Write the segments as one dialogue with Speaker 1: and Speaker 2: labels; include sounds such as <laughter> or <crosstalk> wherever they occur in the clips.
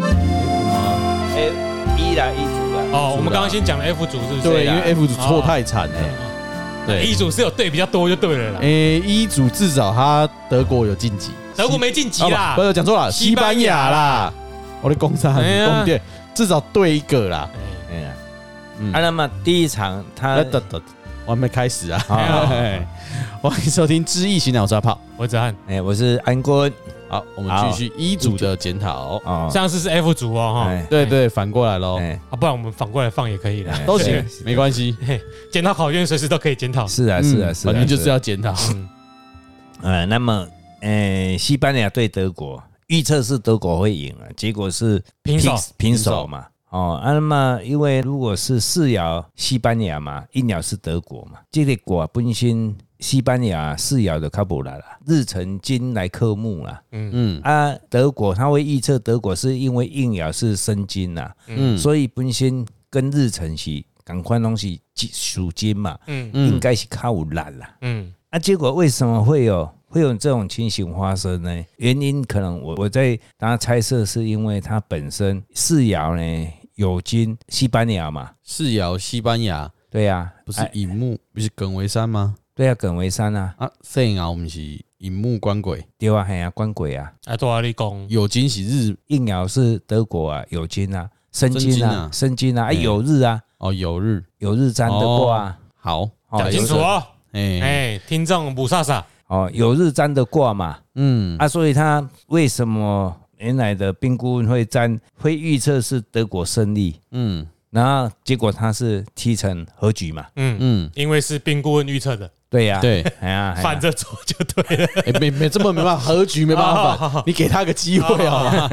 Speaker 1: 哎一啦，一组啦。
Speaker 2: 哦，我们刚刚先讲了 F 组是不是？啊
Speaker 3: 对，
Speaker 1: 啦
Speaker 3: 因为 F 组错太惨哎，对
Speaker 2: E 一组是有队比较多就对了啦。
Speaker 3: 诶一组至少他德国有晋级，
Speaker 2: 德国没晋级
Speaker 3: 啊
Speaker 2: 啦
Speaker 3: 不，不是讲错了，西班牙啦，我的工商
Speaker 2: 哎呀
Speaker 3: 宫殿至少对一个啦，
Speaker 2: 哎
Speaker 3: 哎呀，嗯
Speaker 1: 啊，，那么第一场他
Speaker 3: 哎，等等，我还没开始啊，
Speaker 1: 哎呀
Speaker 3: 哎欢迎收听《知易行脑抓炮
Speaker 2: 我子
Speaker 3: 哦
Speaker 2: 翰
Speaker 1: 哎，我是安坤》。
Speaker 3: 好，我们继续一组的检讨。
Speaker 1: 哦，
Speaker 2: 上次是 F 组哦哈
Speaker 1: 哎，
Speaker 3: 对对，反过来喽，
Speaker 1: 哎，
Speaker 2: 啊，不然我们反过来放也可以啦
Speaker 1: 哎，
Speaker 3: 都
Speaker 2: 对
Speaker 3: 行，没关系。
Speaker 2: 检讨考卷随时都可以检讨。
Speaker 1: 是啊，是啊，是啊，
Speaker 3: 嗯反正就是
Speaker 1: 啊
Speaker 3: 要检讨。
Speaker 1: 呃，那么，呃，西班牙对德国，预测是德国会赢啊，结果是
Speaker 2: 平手
Speaker 1: 平手嘛。哦，啊，那么因为如果是四爻西班牙嘛，一爻是德国嘛，这个国啊本身西班牙四爻的靠不来啦，日辰金来克木啦，
Speaker 3: 嗯
Speaker 1: 啊，德国他会预测德国是因为应爻是申金啦，
Speaker 3: 嗯
Speaker 1: 所以本身跟日辰是赶快东西属金嘛，
Speaker 2: 嗯
Speaker 1: 应
Speaker 3: 嗯，
Speaker 1: 该是靠有力啦。
Speaker 2: 嗯，
Speaker 1: 啊，结果为什么会有会有这种情形发生呢？原因可能我我在大家猜测，是因为它本身四爻呢有金西班牙嘛，
Speaker 3: 世爻西班牙
Speaker 1: 对呀、啊，
Speaker 3: 不是
Speaker 1: 哎
Speaker 3: 乙木，不是耿为山吗？
Speaker 1: 对啊，耿为山啊，
Speaker 3: 啊，肾爻我们是乙木官鬼，
Speaker 1: 对啊，嘿啊，官鬼啊，
Speaker 2: 啊，多阿力公，
Speaker 3: 有金喜日
Speaker 1: 应爻是德国啊，有金啊，申金啊，申金啊，啊
Speaker 3: 嗯
Speaker 1: 有日啊，
Speaker 3: 哦，有日
Speaker 1: 有日占得过
Speaker 3: 哦
Speaker 1: 啊，
Speaker 3: 好，
Speaker 2: 讲清楚
Speaker 1: 有日
Speaker 2: 哦，
Speaker 3: 哎，
Speaker 2: 哎，听众不飒飒，
Speaker 1: 哦，有日占得过嘛，
Speaker 3: 嗯
Speaker 1: 啊，所以他为什么原来的病顾问会占会预测是德国胜利？
Speaker 3: 嗯
Speaker 1: 然后结果他是踢成和局嘛？
Speaker 2: 嗯，
Speaker 3: 嗯，
Speaker 2: 因为是兵顾问预测的，
Speaker 1: 对呀、
Speaker 3: 对，
Speaker 1: 哎呀，哎呀
Speaker 2: 反着走就对
Speaker 3: <laughs>
Speaker 2: 了。
Speaker 3: 哎，没没这么没办法，和局没办法，你给他个机会好吗？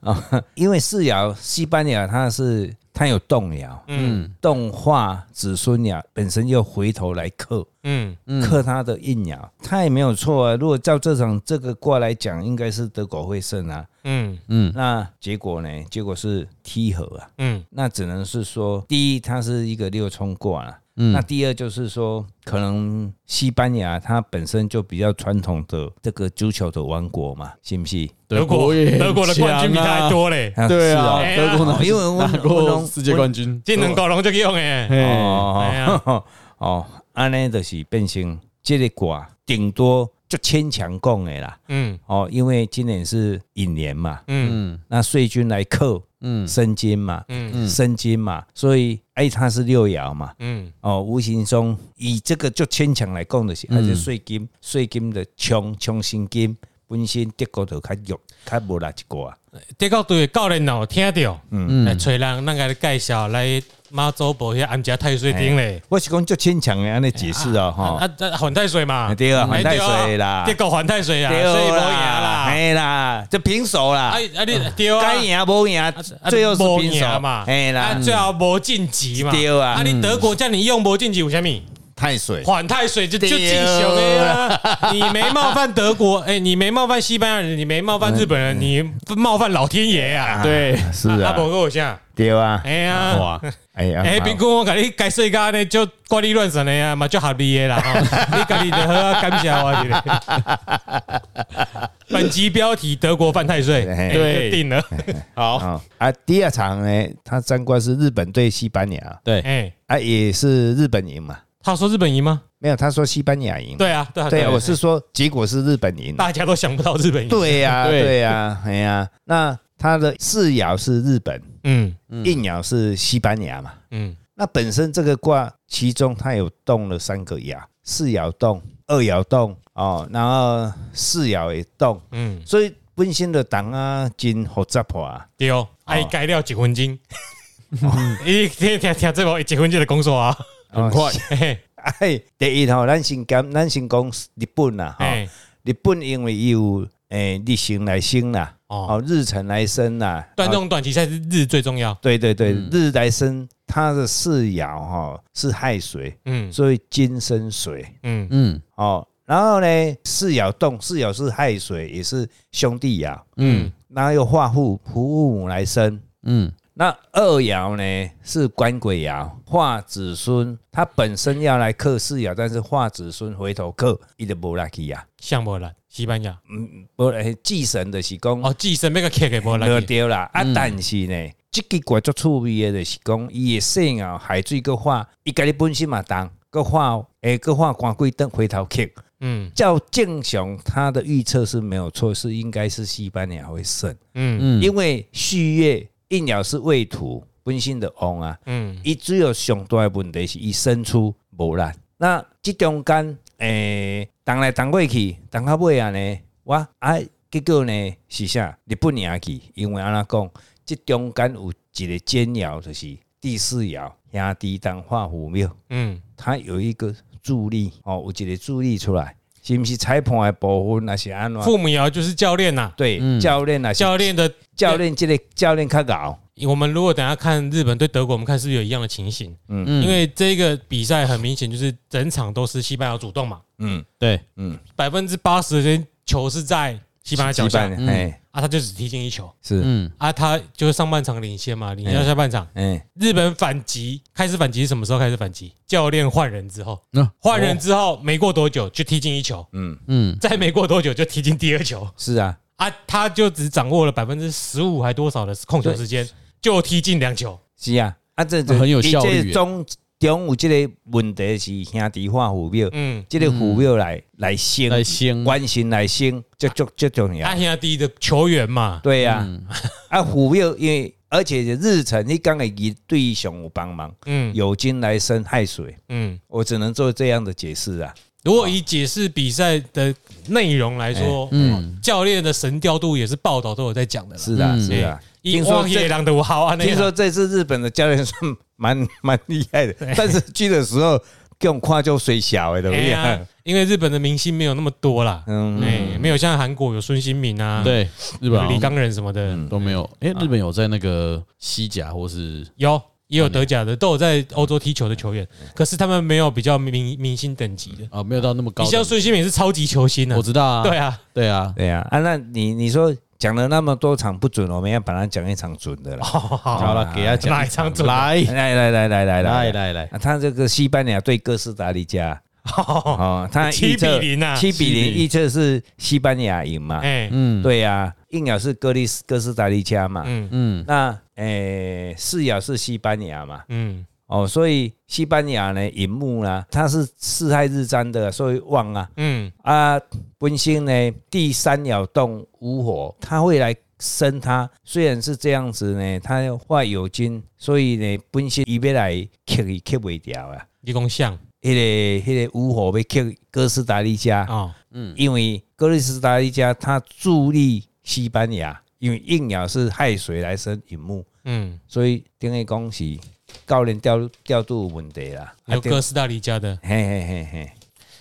Speaker 1: 哦， <laughs> 因为四爻西班牙它是它有动爻，
Speaker 2: 嗯
Speaker 1: 动化子孙爻本身又回头来克
Speaker 2: 嗯
Speaker 1: 克它的印爻，它也没有错啊。如果照这场这个卦来讲，应该是德国会胜啊。
Speaker 2: 嗯
Speaker 3: 嗯
Speaker 1: 那结果呢？结果是踢和啊。
Speaker 2: 嗯
Speaker 1: 那只能是说，第一，它是一个六冲卦啦。那
Speaker 3: 嗯
Speaker 1: 第二就是说，可能西班牙它本身就比较传统的这个足球的王国嘛，信不信？
Speaker 2: 德国
Speaker 3: 也
Speaker 2: 德国的冠军比他还
Speaker 3: 很强啊，
Speaker 2: 多
Speaker 3: <laughs>
Speaker 2: 嘞，
Speaker 3: 对啊
Speaker 1: 是，
Speaker 2: 哎呀
Speaker 3: 德国拿
Speaker 1: 因为我
Speaker 3: 拿
Speaker 1: 我
Speaker 3: 过
Speaker 1: 拢
Speaker 3: 世界冠军，
Speaker 2: 技能狗龙就用哎，
Speaker 3: 哎，
Speaker 2: 哎
Speaker 1: 哦
Speaker 2: 呀
Speaker 1: 哦哦，安尼就是变成这个卦顶多就牵强讲的啦。
Speaker 2: 嗯
Speaker 1: 哦，因为今年是寅年嘛，
Speaker 2: 嗯
Speaker 3: 嗯
Speaker 1: 那岁君来克
Speaker 3: 嗯
Speaker 1: 申金嘛，
Speaker 2: 嗯
Speaker 3: 嗯
Speaker 1: 申金嘛，所以哎，它是六爻嘛。
Speaker 2: 嗯
Speaker 1: 哦，无形中以这个就牵强来讲
Speaker 2: 嗯
Speaker 1: 就是，而且税金税金的冲冲薪金本身德国就较弱，较无力一寡。
Speaker 2: 这个对教练有听到，来
Speaker 3: 嗯，
Speaker 2: 找人咱个介绍来妈祖婆遐安家太岁顶嘞，
Speaker 1: 我是讲就牵强的安尼解释哦，吼。
Speaker 2: 啊啊还太岁嘛，
Speaker 1: 对啊，
Speaker 2: 哎
Speaker 1: 反太水啦，
Speaker 2: 结果还太岁啊，所以无赢啦，
Speaker 1: 嘿啦，这平手啦
Speaker 2: 啊，啊你对啊，
Speaker 1: 该赢无赢，最后是
Speaker 2: 无
Speaker 1: 平手
Speaker 2: 赢嘛，
Speaker 1: 嘿啦
Speaker 2: 啊，最后无晋级嘛，
Speaker 1: 对啊
Speaker 2: 啊你德国叫你用无晋级有啥物？
Speaker 1: 太水，
Speaker 2: 缓太水就就
Speaker 1: 对啊
Speaker 2: 继续了呀！你没冒犯德国，哎，你没冒犯西班牙人，你没冒犯日本人，你冒犯老天爷啊！
Speaker 3: 对，
Speaker 1: 是
Speaker 2: 阿
Speaker 1: 哎啊，
Speaker 2: 伯跟我讲，
Speaker 1: 对啊，
Speaker 2: 哎呀，
Speaker 3: 哇，
Speaker 1: 哎呀，
Speaker 2: 哎，
Speaker 1: 好
Speaker 2: 别跟我讲，你解释个呢，就怪力乱神的呀，嘛就合理的啦，吼你家己就好好感谢我一下。本集标题：德国犯太岁，
Speaker 1: 哎
Speaker 2: 对，
Speaker 3: 对
Speaker 2: 就定了。
Speaker 3: 好，
Speaker 1: 啊啊，第二场呢，他战冠是日本对西班牙，
Speaker 3: 对，
Speaker 2: 哎，
Speaker 1: 啊，也是日本赢嘛，
Speaker 2: 他说日本赢吗？
Speaker 1: 没有，他说西班牙赢，
Speaker 2: 对啊，对啊，
Speaker 1: 对啊，我是说结果是日本赢，
Speaker 2: 大家都想不到日本赢。
Speaker 1: 对呀，
Speaker 3: 对
Speaker 1: 对呀，哎呀，那他的四爻是日本，
Speaker 2: 嗯
Speaker 1: 应爻是西班牙嘛，
Speaker 2: 嗯
Speaker 1: 那本身这个卦，其中它有动了三个爻，四爻动，二爻动哦，然后四爻也动，
Speaker 2: 嗯，
Speaker 1: 所以本身的档啊，真复杂啊化。
Speaker 2: 对哦，爱改了结婚金。哦 <laughs> 你听听听这波结婚金的工作啊，
Speaker 3: 很
Speaker 1: 哦
Speaker 3: 快，
Speaker 2: 嘿 <laughs> 嘿
Speaker 1: 哎，第一吼，咱先讲，咱先讲日本啦，哈、
Speaker 2: 哎
Speaker 1: 日本因为伊有诶日行来生啦，
Speaker 2: 哦，
Speaker 1: 哦，日辰来生啦，
Speaker 2: 短这
Speaker 1: 哦
Speaker 2: 种短期赛是日最重要。
Speaker 1: 对对对，
Speaker 3: 嗯
Speaker 1: 日来生，它的四爻哈是亥水，
Speaker 2: 嗯
Speaker 1: 所以金生水。
Speaker 2: 嗯
Speaker 3: 嗯
Speaker 1: 哦，然后呢，四爻动，四爻是亥水，也是兄弟爻，
Speaker 3: 嗯
Speaker 1: 然后又化父父母来生。
Speaker 3: 嗯
Speaker 1: 那二爻呢是官鬼爻，化子孙，他本身要来克四爻，但是化子孙回头克，伊就无力去啊。
Speaker 2: 像波兰、西班牙
Speaker 1: 嗯，无诶，祭神的是讲
Speaker 2: 哦，寄生那个 K 给波
Speaker 1: 就
Speaker 2: 兰，
Speaker 1: 对啦。啊
Speaker 3: 嗯，
Speaker 1: 但是呢，即个怪足趣味的，就是讲伊的细啊海水个化，伊家己本身嘛重，个化诶个化光规灯回头去。
Speaker 2: 嗯
Speaker 1: 照正常，他的预测是没有错，是应该是西班牙会胜，
Speaker 2: 嗯
Speaker 3: 嗯，
Speaker 1: 因为续月印鸟是未土本身的翁啊，
Speaker 2: 嗯
Speaker 1: 伊只有上大的问题是伊伸出无力。那即中间诶，动来动过去，动到尾啊呢，我啊，结果呢是啥？日本赢去，因为安那讲，即中间有一个煎窑，就是第四爻兄弟当化虎庙，
Speaker 2: 嗯
Speaker 1: 它有一个助力哦，有一个助力出来，是毋是裁判的部分，还是安怎
Speaker 2: <laughs> 嗯，？父母爻就是教练呐，
Speaker 1: 对，
Speaker 3: 嗯
Speaker 1: 教练啊，
Speaker 2: 教练的
Speaker 1: 教练，即个教练较搞，
Speaker 2: 我们如果等一下看日本对德国，我们看是不是有一样的情形？
Speaker 1: 嗯
Speaker 3: 嗯
Speaker 2: 因为这个比赛很明显就是整场都是西班牙主动嘛，
Speaker 1: 嗯
Speaker 3: 对，
Speaker 1: 嗯，
Speaker 2: 百分之八十的时间球是在西班牙脚下
Speaker 1: 西班牙哎，
Speaker 2: 啊，他就只踢进一球
Speaker 1: 是，
Speaker 3: 嗯
Speaker 2: 啊，他就是上半场领先嘛，领先到下半场，
Speaker 1: 哎，
Speaker 2: 日本反击开始反击是什么时候开始反击？教练换人之后
Speaker 3: 嗯，
Speaker 2: 换人之后没过多久就踢进一球，
Speaker 1: 嗯，
Speaker 3: 嗯，
Speaker 2: 再没过多久就踢进第二球
Speaker 1: 是啊。
Speaker 2: 啊，他就只掌握了百分之十五还多少的控球时间，就踢进两球。
Speaker 1: 是啊，啊，这这
Speaker 3: 很有效率耶
Speaker 1: 伊这中中有这个问题是兄弟化虎庙，
Speaker 2: 嗯，
Speaker 1: 这个虎庙来来升，
Speaker 3: 来先，
Speaker 1: 关心来升，这足这重要
Speaker 2: 阿。兄弟的球员嘛，
Speaker 1: 对呀，
Speaker 3: 嗯
Speaker 1: <laughs> 啊，虎庙因为而且日程你讲的伊对象有帮忙，
Speaker 2: 嗯
Speaker 1: 有金来生害水，
Speaker 2: 嗯。
Speaker 1: 我只能做这样的解释啊。
Speaker 2: 如果以解释比赛的内容来
Speaker 1: 哎
Speaker 2: 说，嗯，教练的神调度也是报道都有在讲的啦。
Speaker 1: 是啊，
Speaker 3: 嗯
Speaker 1: 是啊。
Speaker 2: 以
Speaker 1: 听说
Speaker 2: 荒野
Speaker 1: 这
Speaker 2: 狼的好啊，哎那
Speaker 1: 听
Speaker 2: 个
Speaker 1: 说这次日本的教练算蛮蛮厉害的，但是去的时候给我们夸就水小的，对不
Speaker 2: 哎
Speaker 1: 对
Speaker 2: 呀？，因为日本的明星没有那么多啦，
Speaker 1: 嗯，
Speaker 2: 哎，没有像韩国有孙兴民啊，，
Speaker 3: 对，日本好
Speaker 2: 李
Speaker 3: 像
Speaker 2: 刚仁什么的，
Speaker 1: 嗯
Speaker 3: 都没有，哎，
Speaker 2: 嗯
Speaker 3: 日本有在那个西甲或是
Speaker 2: 有也
Speaker 1: 嗯
Speaker 2: 有德甲的，都有在欧洲踢球的球员，可是他们没有比较明明星等级的。
Speaker 3: 啊，没有到那么高
Speaker 2: 你
Speaker 3: 的，
Speaker 2: 像孙兴民是超级球星啊
Speaker 3: 我，知道啊，
Speaker 2: 对啊，
Speaker 3: 对啊，
Speaker 1: 对呀、啊，那你你说讲了那么多场不准，我们要把它讲一场准的了。
Speaker 2: 好好
Speaker 3: 好了，给他讲
Speaker 2: 哪一场准啊
Speaker 3: 来
Speaker 1: 来来来来来
Speaker 3: 啊来
Speaker 1: 来
Speaker 3: 来来，
Speaker 1: 啊，他这个西班牙对哥斯达黎加，
Speaker 2: 好，
Speaker 1: 哦，他
Speaker 2: 七
Speaker 1: 预
Speaker 2: 比
Speaker 1: 测
Speaker 2: 零啊，
Speaker 1: 七比
Speaker 3: 7-0
Speaker 1: 零预测是西班牙赢嘛？
Speaker 2: 哎，
Speaker 3: 嗯，
Speaker 1: 对呀、硬咬是哥利斯哥斯达黎加嘛？
Speaker 2: 嗯
Speaker 3: 嗯
Speaker 1: 那诶，四咬是西班牙嘛？
Speaker 2: 嗯
Speaker 1: 哦，所以西班牙呢，银幕啦，他是四害日占的，所以旺啊。
Speaker 2: 嗯
Speaker 1: 啊，本身呢，第三爻动无火，它会来生它。虽然是这样子呢，它要化有金，所以呢，本身伊要来克伊克袂掉啊。
Speaker 2: 一公像
Speaker 1: 迄、个迄、个无火要克哥斯达黎加，
Speaker 2: 啊，
Speaker 1: 因为哥斯达黎加它助力西班牙，因为硬爻是亥水来生引木，
Speaker 2: 嗯，
Speaker 1: 所以等于讲是教练调调度有问题啦。啊
Speaker 2: 有
Speaker 1: 对
Speaker 2: 哥斯达黎加的
Speaker 1: 嘿嘿嘿嘿，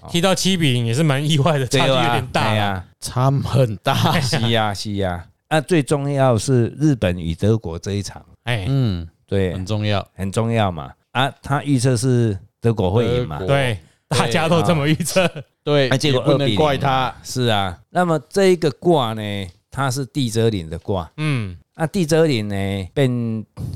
Speaker 2: 踢到七比零也是蛮意外的，差距有点大
Speaker 1: 对
Speaker 2: 啦。
Speaker 1: 啊
Speaker 3: 差很大，
Speaker 1: 是呀、 <laughs> 是呀、那、啊最重要是日本与德国这一场，
Speaker 2: 哎，
Speaker 3: <laughs> 嗯，
Speaker 1: 对
Speaker 3: 很，重要，
Speaker 1: 很重要嘛。啊，他预测是德国会赢嘛
Speaker 3: 德？国
Speaker 2: 对，大家都这么预测。
Speaker 3: 对，
Speaker 1: 啊，结果
Speaker 3: 也不
Speaker 1: 二比
Speaker 3: 能
Speaker 1: 零
Speaker 3: 怪他，，
Speaker 1: 是啊。那么这一个卦呢，它是地泽岭的卦，
Speaker 2: 嗯
Speaker 1: 那地泽岭呢变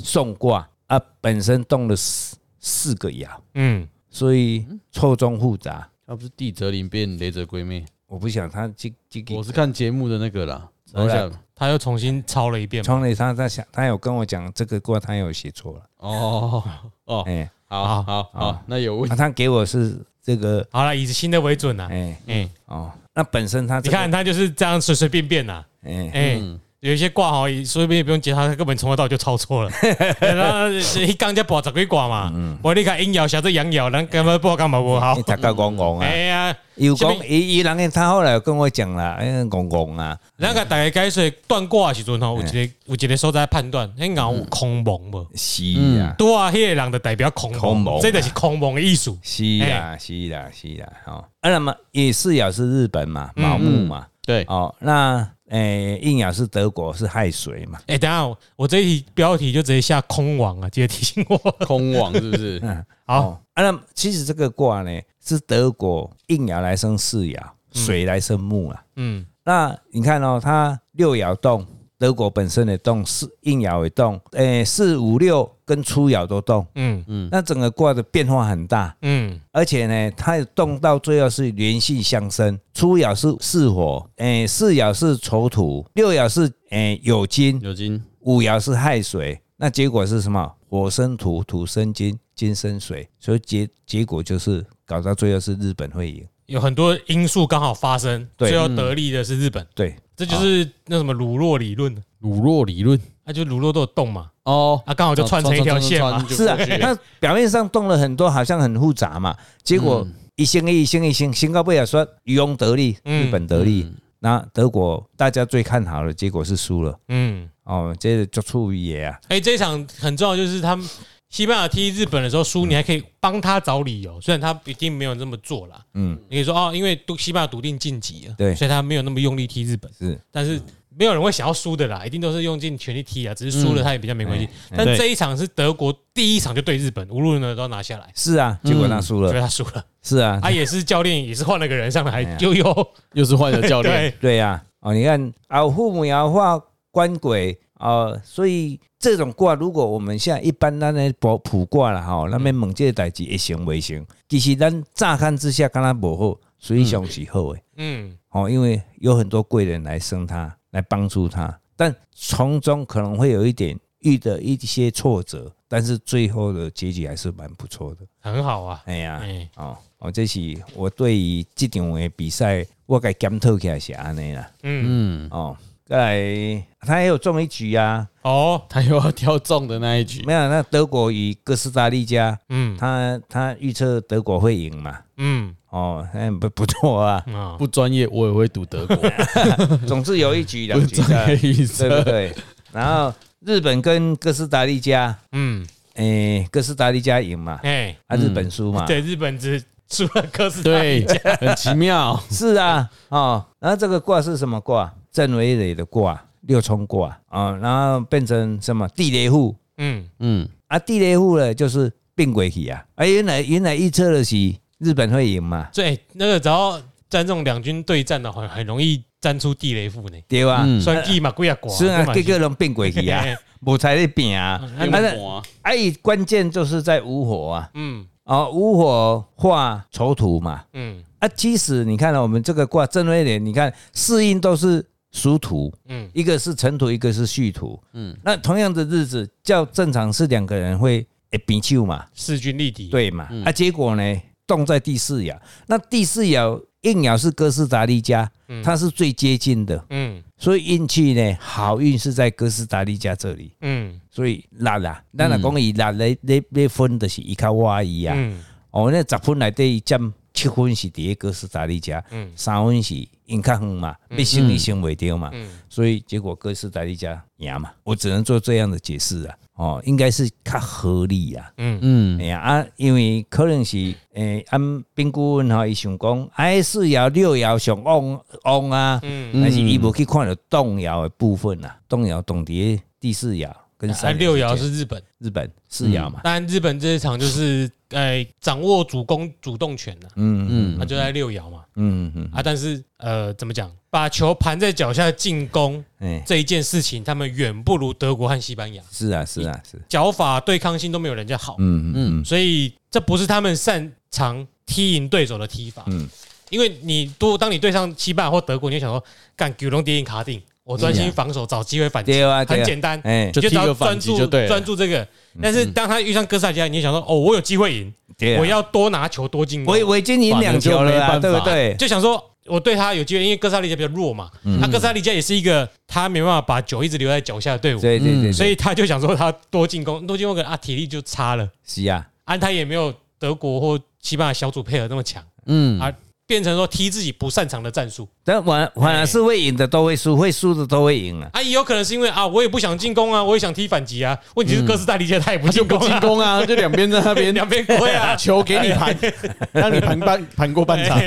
Speaker 1: 送卦啊，本身动了四四个爻，
Speaker 2: 嗯，
Speaker 1: 所以错综复杂。
Speaker 3: 他不是地泽林变雷泽龟妹，
Speaker 1: 我不想他这这个
Speaker 3: 我是看节目的那个啦，
Speaker 1: 好啦
Speaker 3: 等一下
Speaker 2: 他又重新抄了一遍嘛。
Speaker 1: 从磊他他想他有跟我讲这个卦他有写错了，
Speaker 3: 哦哦，
Speaker 1: 哎、
Speaker 3: 好好好
Speaker 1: 好，
Speaker 3: 那有问
Speaker 1: 啊，他给我是这个
Speaker 2: 好了，以新的为准啊。
Speaker 1: 哎
Speaker 2: 哎，
Speaker 1: 哦，那本身他
Speaker 2: 你
Speaker 1: 这个
Speaker 2: 看他就是这样随随便便呐。
Speaker 1: 哎
Speaker 2: 哎，有一些挂好，随便也不用接他，他根本从头到尾就抄错了。然后呃一刚才报十几挂嘛，我你看阴爻、小这阳爻，咱根本不知道干嘛不好
Speaker 1: 你。大家讲讲啊
Speaker 2: 哎，呀，
Speaker 1: 有
Speaker 2: 哦什
Speaker 1: 讲
Speaker 2: 么
Speaker 1: 伊伊人的他后来有跟我讲啦，哎，讲讲啊，
Speaker 2: 咱个大家解释断卦的时阵吼，有一个有一个所在判断，迄爻有空蒙无？
Speaker 1: 是啊，
Speaker 2: 对啊，迄个人就代表空
Speaker 1: 空
Speaker 2: 蒙，
Speaker 1: 蒙
Speaker 2: 这就是空蒙的意思。
Speaker 1: 是啊，是啊，是啊，哦，啊，那么也是爻是日本嘛，
Speaker 2: 嗯
Speaker 1: 卯木嘛，
Speaker 3: 对，
Speaker 1: 哦，那诶，应爻是德国是亥水嘛，
Speaker 2: 哎、等一下我我这一题标题就直接下空王啊，记得提醒我。 <laughs>
Speaker 3: 空网是不是？
Speaker 2: 好，
Speaker 1: 哦，啊，那么其实这个卦呢是德国应爻来生四爻，水来生木啊，
Speaker 2: 嗯
Speaker 1: 那你看哦，它六爻动，德国本身也动，四应爻也动，诶、四五六跟初爻都动，
Speaker 2: 嗯嗯
Speaker 1: 那整个卦的变化很大，
Speaker 2: 嗯
Speaker 1: 而且呢，它动到最后是连续相生，初爻是巳火，诶、四爻是丑土，六爻是诶酉金，
Speaker 3: <laughs> 有金，
Speaker 1: 五爻是亥水，那结果是什么？火生土，土生金，金生水，所以结结果就是搞到最后是日本会赢。
Speaker 2: 有很多因素刚好发生，
Speaker 1: 对
Speaker 2: 最后得利的是日本，
Speaker 1: 对，
Speaker 2: 这就是那什么乳酪理论，啊
Speaker 3: 乳酪理论
Speaker 2: 那啊就乳酪都有洞嘛，
Speaker 3: 哦，
Speaker 2: 啊，刚好就串成一条线嘛，
Speaker 1: 是啊，那表面上动了很多，好像很复杂嘛，结果一星一星一星，新高贝尔啊说渔翁得利，
Speaker 2: 嗯
Speaker 1: 日本得利，那德国大家最看好的结果是输了。
Speaker 2: 嗯，
Speaker 1: 哦，这就出野啊，
Speaker 2: 哎，这一场很重要，就是他们西班牙踢日本的时候输，你还可以帮他找理由，虽然他一定没有这么做啦，
Speaker 1: 嗯，
Speaker 2: 你可以说哦，因为都西班牙笃定晋级了，
Speaker 1: 对
Speaker 2: 所以他没有那么用力踢日本，
Speaker 1: 是
Speaker 2: 但是没有人会想要输的啦，一定都是用尽全力踢啊，只是输了他也比较没关系。但
Speaker 3: 对
Speaker 2: 这一场是德国第一场就对日本，无论如何都要拿下来，
Speaker 1: 是啊，结果他输
Speaker 2: 所以
Speaker 1: 了，
Speaker 2: 他输了。
Speaker 1: 是啊，
Speaker 2: 他也是教练，也是换了个人上来
Speaker 1: 哎呀
Speaker 2: 悠悠，
Speaker 3: 又是换了教练， <laughs>
Speaker 2: 对，
Speaker 1: 对呀、啊，哦，你看啊，父母爻化官鬼啊、呃所以这种卦，如果我们现在一般咱咧卜卜卦啦吼，咱们猛这代志会行未行，其实咱乍看之下，敢若无好，实际上是好诶，
Speaker 2: 嗯，
Speaker 1: 哦，因为有很多贵人来生他，来帮助他，但从中可能会有一点遇的一些挫折，但是最后的结局还是蛮不错的。
Speaker 2: 很好啊，
Speaker 1: 哎呀、
Speaker 2: 哎，
Speaker 1: 哦，哦，这是我对于这场的比赛，我该检讨起来是安尼啦。
Speaker 2: 嗯，
Speaker 3: 嗯，
Speaker 1: 哦，再来，他也有中一局啊，
Speaker 2: 哦，
Speaker 3: 他又要挑中的那一局，
Speaker 1: 没有？那德国与哥斯达黎加，
Speaker 2: 嗯
Speaker 1: 他他预测德国会赢嘛？
Speaker 2: 嗯
Speaker 1: 哦，那不不错啊。
Speaker 2: 啊，
Speaker 3: 不专业我也会赌 <laughs> 德国，
Speaker 1: 总之有一局两
Speaker 3: 不
Speaker 1: 局
Speaker 3: 专业
Speaker 1: 的，
Speaker 3: 预
Speaker 1: 对不
Speaker 3: 测，
Speaker 1: 对？然后日本跟哥斯达黎加，
Speaker 2: 嗯，
Speaker 1: 诶、哥斯达黎加赢嘛，
Speaker 2: 哎，
Speaker 1: 啊，日本输嘛，
Speaker 2: 对，日本只输了哥斯达黎
Speaker 3: 对
Speaker 2: 加，，
Speaker 3: 很奇妙，
Speaker 1: 是啊，哦，然后这个卦是什么卦？震为雷的卦，六冲卦啊、哦，然后变成什么地雷户
Speaker 2: 嗯，
Speaker 3: 嗯，
Speaker 1: 啊？地雷户呢，就是并轨体啊，啊，原来原来预测的是日本会赢嘛，
Speaker 2: 对，哎那个只要战这种两军对战的话，很容易战出地雷负呢，
Speaker 1: 对吧？
Speaker 3: 嗯
Speaker 2: 算计嘛，贵啊，寡，
Speaker 1: 虽然
Speaker 2: 这嘛
Speaker 1: 个
Speaker 2: 是，
Speaker 1: 个人并轨体啊
Speaker 2: 哎
Speaker 1: 无才在拼啊，
Speaker 2: 嗯
Speaker 1: 啊，是啊，伊关键就是在无火啊，
Speaker 2: 嗯
Speaker 1: 哦，无火化丑土嘛，
Speaker 2: 嗯
Speaker 1: 啊，其实你看了、我们这个卦震威廉，你看四印都是属土，
Speaker 2: 嗯
Speaker 1: 一个是尘土，一个是戌土。
Speaker 3: 嗯
Speaker 1: 嗯，那同样的日子，较正常是两个人会诶比丘嘛，
Speaker 2: 势均力敌，，
Speaker 1: 对嘛？啊，结果呢，动在第四爻，那第四爻应爻是哥斯达黎加，它是最接近的，
Speaker 2: 嗯
Speaker 1: 所以运气呢，好运是在哥斯达黎加这里。
Speaker 2: 嗯
Speaker 1: 所以拉啦，咱若讲伊拉咧咧咧分就是伊较歪伊啊。
Speaker 2: 嗯
Speaker 1: 哦，那十分内底伊占七分是伫哥斯达黎加，
Speaker 2: 嗯
Speaker 1: 三分是因较远嘛，要升你升袂着嘛，
Speaker 2: 嗯
Speaker 1: 所以结果哥斯达黎加赢嘛，我只能做这样的解释啊。哦，应该是较合理啊。
Speaker 2: 嗯
Speaker 3: 嗯
Speaker 1: 哎呀啊，因为可能是诶，按评估问吼，伊想讲，哎，四爻六爻上旺旺啊，
Speaker 2: 嗯，
Speaker 1: 但是伊无去看到动摇的部分啊，动摇动伫第四爻跟
Speaker 2: 啊，
Speaker 1: 三爻
Speaker 2: 六爻
Speaker 1: 之间
Speaker 2: 是日本。
Speaker 1: 日本四爻嘛，
Speaker 2: 当然，日本这一场就是呃掌握主攻主动权呐、
Speaker 1: 嗯嗯
Speaker 2: 他、就在六爻嘛
Speaker 1: 嗯嗯，
Speaker 2: 啊，但是呃怎么讲，把球盘在脚下进攻
Speaker 1: 哎，
Speaker 2: 这一件事情，他们远不如德国和西班牙，
Speaker 1: 是啊是啊是，
Speaker 2: 脚法对抗性都没有人家好，
Speaker 1: 嗯嗯
Speaker 2: 所以这不是他们擅长踢赢对手的踢法。
Speaker 1: 嗯
Speaker 2: 因为你多当你对上西班牙或德国，你就想说干九龙跌印卡定，我专心防守，找机会反击
Speaker 1: 对啊，对啊
Speaker 2: 很简单。
Speaker 1: 哎，
Speaker 2: 你
Speaker 3: 就
Speaker 2: 就只
Speaker 3: 踢
Speaker 2: 要
Speaker 3: 个
Speaker 2: 专
Speaker 3: 反击
Speaker 2: 注
Speaker 3: 就对了嗯
Speaker 2: 专注这个，但是当他遇上哥斯达黎加，你就想说哦，我有机会赢，
Speaker 1: 对啊
Speaker 2: 我要多拿球多进攻。
Speaker 3: 啊
Speaker 1: 我我已经赢两球了啊，
Speaker 3: 反正就
Speaker 1: 对
Speaker 3: 没办
Speaker 1: 不
Speaker 3: 法
Speaker 1: 对？
Speaker 2: 就想说，我对他有机会，因为哥斯达黎加比较弱嘛，
Speaker 3: 嗯
Speaker 2: 那哥斯达黎加也是一个他没办法把球一直留在脚下的队伍，
Speaker 1: 对对对对，
Speaker 2: 所以他就想说他多进攻，多进攻可能啊体力就差了，
Speaker 1: 是啊，
Speaker 2: 安他也没有德国或西班牙小组配合那么强，
Speaker 3: 嗯
Speaker 2: 啊变成说踢自己不擅长的战术。
Speaker 1: 但反反而是会赢的都会输，会输的都会赢啊。
Speaker 2: 啊，也有可能是因为啊，我也不想进攻啊，我也想踢反击啊，问题是哥斯达黎加他也不
Speaker 3: 他就
Speaker 2: 进
Speaker 3: 不
Speaker 2: 攻
Speaker 3: 进
Speaker 2: 啊，
Speaker 3: 攻啊，就两边在那边
Speaker 2: 两边归啊，
Speaker 3: <laughs> 球给你盘，让你盘半盘过半场。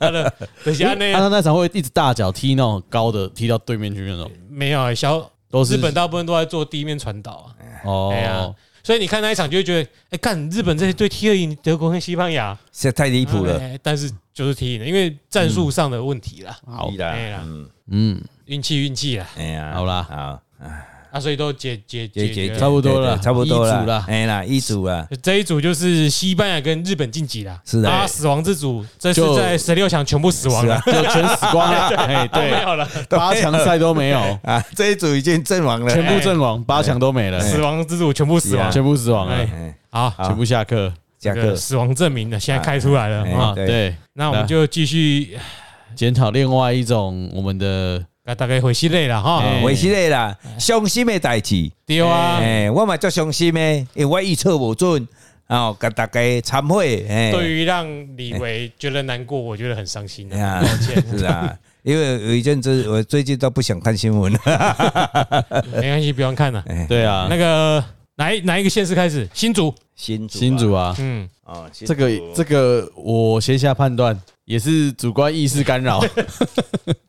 Speaker 2: 好了，等下那
Speaker 3: 他他那场会一直大脚踢那种高的，踢到对面去那种。
Speaker 2: 没有欸小
Speaker 3: 都是
Speaker 2: 日本大部分都在做地面传导啊，哎呀
Speaker 3: 哦，，
Speaker 2: 所以你看那一场就会觉得，哎，干日本这些队踢了赢德国跟西班牙，
Speaker 1: 实在太离谱了，
Speaker 2: 哎，但是就是踢赢了，因为战术上的问题啦，
Speaker 3: 好
Speaker 1: 是，啦
Speaker 2: 哎呀，
Speaker 1: 嗯，
Speaker 3: 嗯，
Speaker 2: 运气运气啦，
Speaker 1: 哎呀，
Speaker 3: 好啦
Speaker 1: 好，
Speaker 2: 啊，所以都解解
Speaker 1: 解
Speaker 2: 解决
Speaker 1: 决
Speaker 2: 了
Speaker 3: 差不多了
Speaker 1: 对对差不多
Speaker 3: 一组啦
Speaker 1: 了，哎啦，一组
Speaker 2: <laughs>
Speaker 1: 啦，
Speaker 2: 这一组就是西班牙跟日本晋级啦，
Speaker 1: 是的
Speaker 2: 啊，死亡之组这是
Speaker 3: 就
Speaker 2: 在十六强全部死亡
Speaker 1: 是
Speaker 2: 了
Speaker 1: 啊，
Speaker 3: 就全死
Speaker 2: <laughs>
Speaker 3: 光了，哎，
Speaker 2: 都没
Speaker 3: 对，
Speaker 2: 有了，
Speaker 3: 八强赛都没有，
Speaker 1: 啊，这一组已经阵亡了，
Speaker 3: 全部阵亡，八强都没了，
Speaker 2: 哎死亡之组全部死亡
Speaker 1: 是啊。
Speaker 3: 全部死啊亡了，
Speaker 2: 哎
Speaker 1: 哎，
Speaker 2: 好，
Speaker 1: 好
Speaker 3: 全部下课
Speaker 1: 加
Speaker 2: 这个
Speaker 1: 克，
Speaker 2: 死亡证明呢，现在开出来了
Speaker 1: 哎
Speaker 2: 啊
Speaker 3: 啊，
Speaker 1: 对
Speaker 3: 对，
Speaker 2: 那我们就继续，
Speaker 3: 检讨另外一种我们的
Speaker 2: 啊大概回系列了哈。
Speaker 3: 哎
Speaker 1: 我是嘞啦，伤心的代志，
Speaker 2: 对啊，
Speaker 1: 哎，我嘛足伤心的，因为我预测无准，哦，甲大家忏悔，哎，
Speaker 2: 对于让李维觉得难过，我觉得很伤心
Speaker 1: 哎
Speaker 2: 的。
Speaker 1: 呀，是啊，因为有一阵子我最近都不想看新闻了，
Speaker 2: 没关系，不用
Speaker 1: 哎
Speaker 2: 看了。
Speaker 3: 对啊
Speaker 2: 那，个哪一哪一个县市开始？新竹，
Speaker 1: 新竹啊
Speaker 3: 新主啊，
Speaker 2: 嗯，
Speaker 1: 哦，新
Speaker 3: 这个
Speaker 1: 竹
Speaker 3: 这个我先下判断，也是主观意识干扰，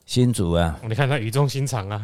Speaker 1: 新竹啊，
Speaker 2: 你看他语重心长啊，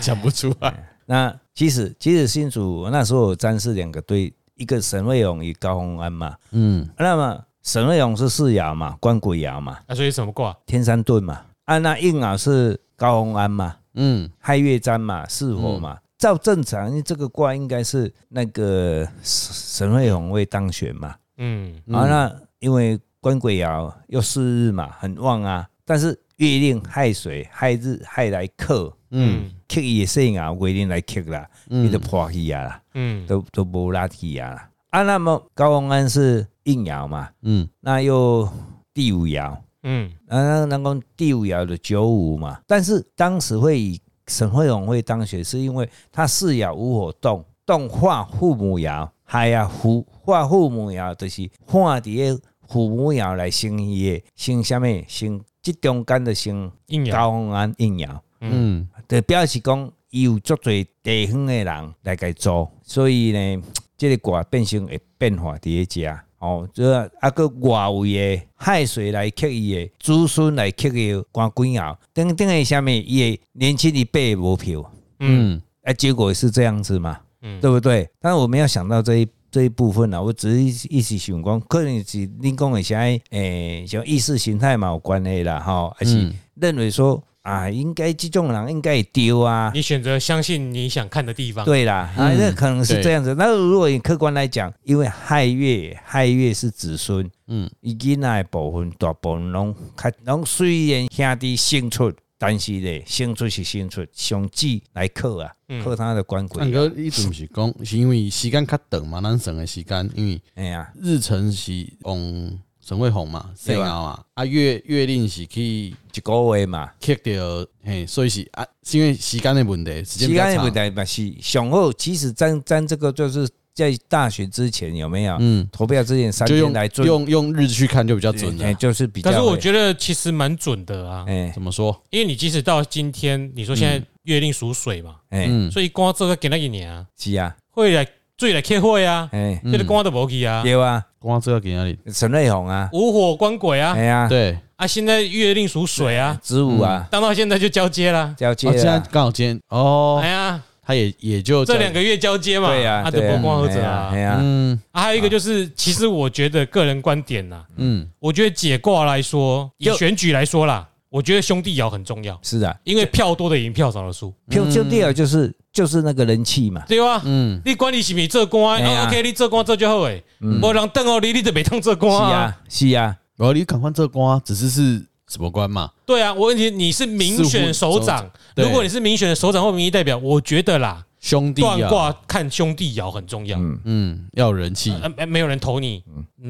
Speaker 3: 讲不出来。
Speaker 1: 那其实其实新竹那时候有詹氏两个队，一个沈卫勇与高洪安嘛，啊
Speaker 3: 嗯，
Speaker 1: 那么沈卫勇是四爻嘛，关谷爻嘛，
Speaker 2: 啊，所以什么卦？
Speaker 1: 天山遁嘛，啊那应爻是高洪安嘛，
Speaker 3: 嗯，
Speaker 1: 亥月占嘛，巳火嘛。照正常，这个卦应该是那个沈沈惠宏会当选嘛？
Speaker 2: 嗯，
Speaker 1: 啊，那因为官鬼爻又四日嘛，很旺啊。但是月令亥水、亥日、亥来克，
Speaker 3: 嗯
Speaker 1: 克伊的性啊，月令来克啦，你就破去啊啦，
Speaker 2: 嗯，
Speaker 1: 都都无拉去啊啦。啊，那么高洪安是应爻嘛，
Speaker 3: 嗯
Speaker 1: 那又第五爻，
Speaker 2: 嗯
Speaker 1: 啊，那讲第五爻的九五嘛，但是当时会以沈惠荣会当选，是因为他四爻无火动，动化父母爻，还呀父化父母爻，就是化伫个父母爻来生伊的，生什么？生即中间的生
Speaker 2: 应爻，
Speaker 1: 高洪安应爻，
Speaker 3: 嗯
Speaker 1: 就表示讲伊有足侪地方的人来甲伊做，所以呢，即、个卦变成会变化伫咧遮。哦，这啊个外围的海水来克伊的，子孙来克伊的官官爻，等等的下面伊的年轻一辈无票，
Speaker 2: 嗯
Speaker 1: 啊，结果是这样子嘛，
Speaker 2: 嗯
Speaker 1: 对不对？但是我没有想到这一这一部分啊，我只是一一时想讲，可能是恁讲的啥诶，像意识形态嘛有关系啦，吼，还是
Speaker 3: 嗯
Speaker 1: 认为说啊，应该这种人应该会丢啊，
Speaker 2: 你选择相信你想看的地方。
Speaker 1: 对啦，啊，
Speaker 3: 嗯
Speaker 1: 那可能是
Speaker 3: 对
Speaker 1: 这样子。那如果以客观来讲，因为亥月，亥月是子孙，
Speaker 3: 嗯
Speaker 1: 伊囡仔的部分大部分拢较拢虽然兄弟胜出，但是咧胜出是胜出，上子来克啊，
Speaker 3: 嗯
Speaker 1: 克他的官鬼。
Speaker 3: 那个一直不是讲，是因为时间较长嘛，咱省的时间，因为
Speaker 1: 哎呀，
Speaker 3: 日程是用沈惠宏嘛，沈
Speaker 1: 对啊
Speaker 3: 瑶嘛，啊月月令是去
Speaker 1: 一个月嘛，
Speaker 3: kick 掉，嘿，所以是啊，是因为时间的问题，
Speaker 1: 时
Speaker 3: 时间比较
Speaker 1: 间的问
Speaker 3: 长，
Speaker 1: 题嘛是上好。其实咱咱这个就是在大选之前有没有
Speaker 3: 嗯，
Speaker 1: 投票之前三
Speaker 3: 就
Speaker 1: 天
Speaker 3: 用
Speaker 1: 来做，
Speaker 3: 用用日去看就比较准啊
Speaker 1: 哎
Speaker 3: 了。
Speaker 1: 就是比较
Speaker 2: 可
Speaker 1: 会。
Speaker 2: 是我觉得其实蛮准的啊，
Speaker 1: 哎
Speaker 3: 怎么说？
Speaker 2: 因为你即使到今天，你说现在月令属水嘛，
Speaker 1: 哎
Speaker 3: 嗯，
Speaker 2: 所以光这个给那一年啊，
Speaker 1: 是啊，
Speaker 2: 会来最来开会啊，
Speaker 1: 哎
Speaker 2: 这个光都无去啊，
Speaker 1: 对啊，
Speaker 3: 光这个给那里，
Speaker 1: 陈瑞红啊，
Speaker 2: 无火光鬼啊
Speaker 1: 哎，呀，
Speaker 3: 对，
Speaker 2: 啊，现在月令属水啊，
Speaker 1: 子午啊，
Speaker 2: 当到现在就交接啦，
Speaker 1: 交
Speaker 3: 哦，
Speaker 1: 接
Speaker 3: 现在
Speaker 1: 啊，
Speaker 3: 刚好今天哦
Speaker 2: 哎，呀，
Speaker 3: 他也也就
Speaker 2: 这两个月交接嘛，
Speaker 1: 对呀，
Speaker 2: 啊，就
Speaker 1: 对啊
Speaker 2: 波光合者啊
Speaker 1: 哎，呀，
Speaker 3: 嗯
Speaker 2: 啊，还有一个就是，其实我觉得个人观点啊呐，
Speaker 3: 嗯
Speaker 2: 我觉得解卦来说，以
Speaker 1: 就
Speaker 2: 选举来说啦，我觉得兄弟爻很重要，
Speaker 1: 是啊，
Speaker 2: 因为票多的赢，票少的输，
Speaker 1: 就就第二就是就是那个人气嘛，
Speaker 2: 对吧？
Speaker 3: 嗯，
Speaker 2: 你管你是不是做官、
Speaker 1: 哎呀
Speaker 2: 啊、，OK，你做官做就好诶，
Speaker 1: 嗯
Speaker 2: 无人等哦你，你就袂当做
Speaker 1: 是
Speaker 2: 官啊。
Speaker 1: 啊，是啊，
Speaker 3: 然后哦你赶快这光，只是是什么关嘛？
Speaker 2: 对啊，我问题你是民选首
Speaker 3: 似
Speaker 2: 长，
Speaker 3: 对
Speaker 2: 如果你是民选的首长或民意代表，我觉得啦，
Speaker 3: 兄弟
Speaker 2: 断
Speaker 3: 啊，
Speaker 2: 卦看兄弟爻很重要。
Speaker 1: 嗯，
Speaker 3: 嗯，要有人气，
Speaker 2: 呃呃没有人投你，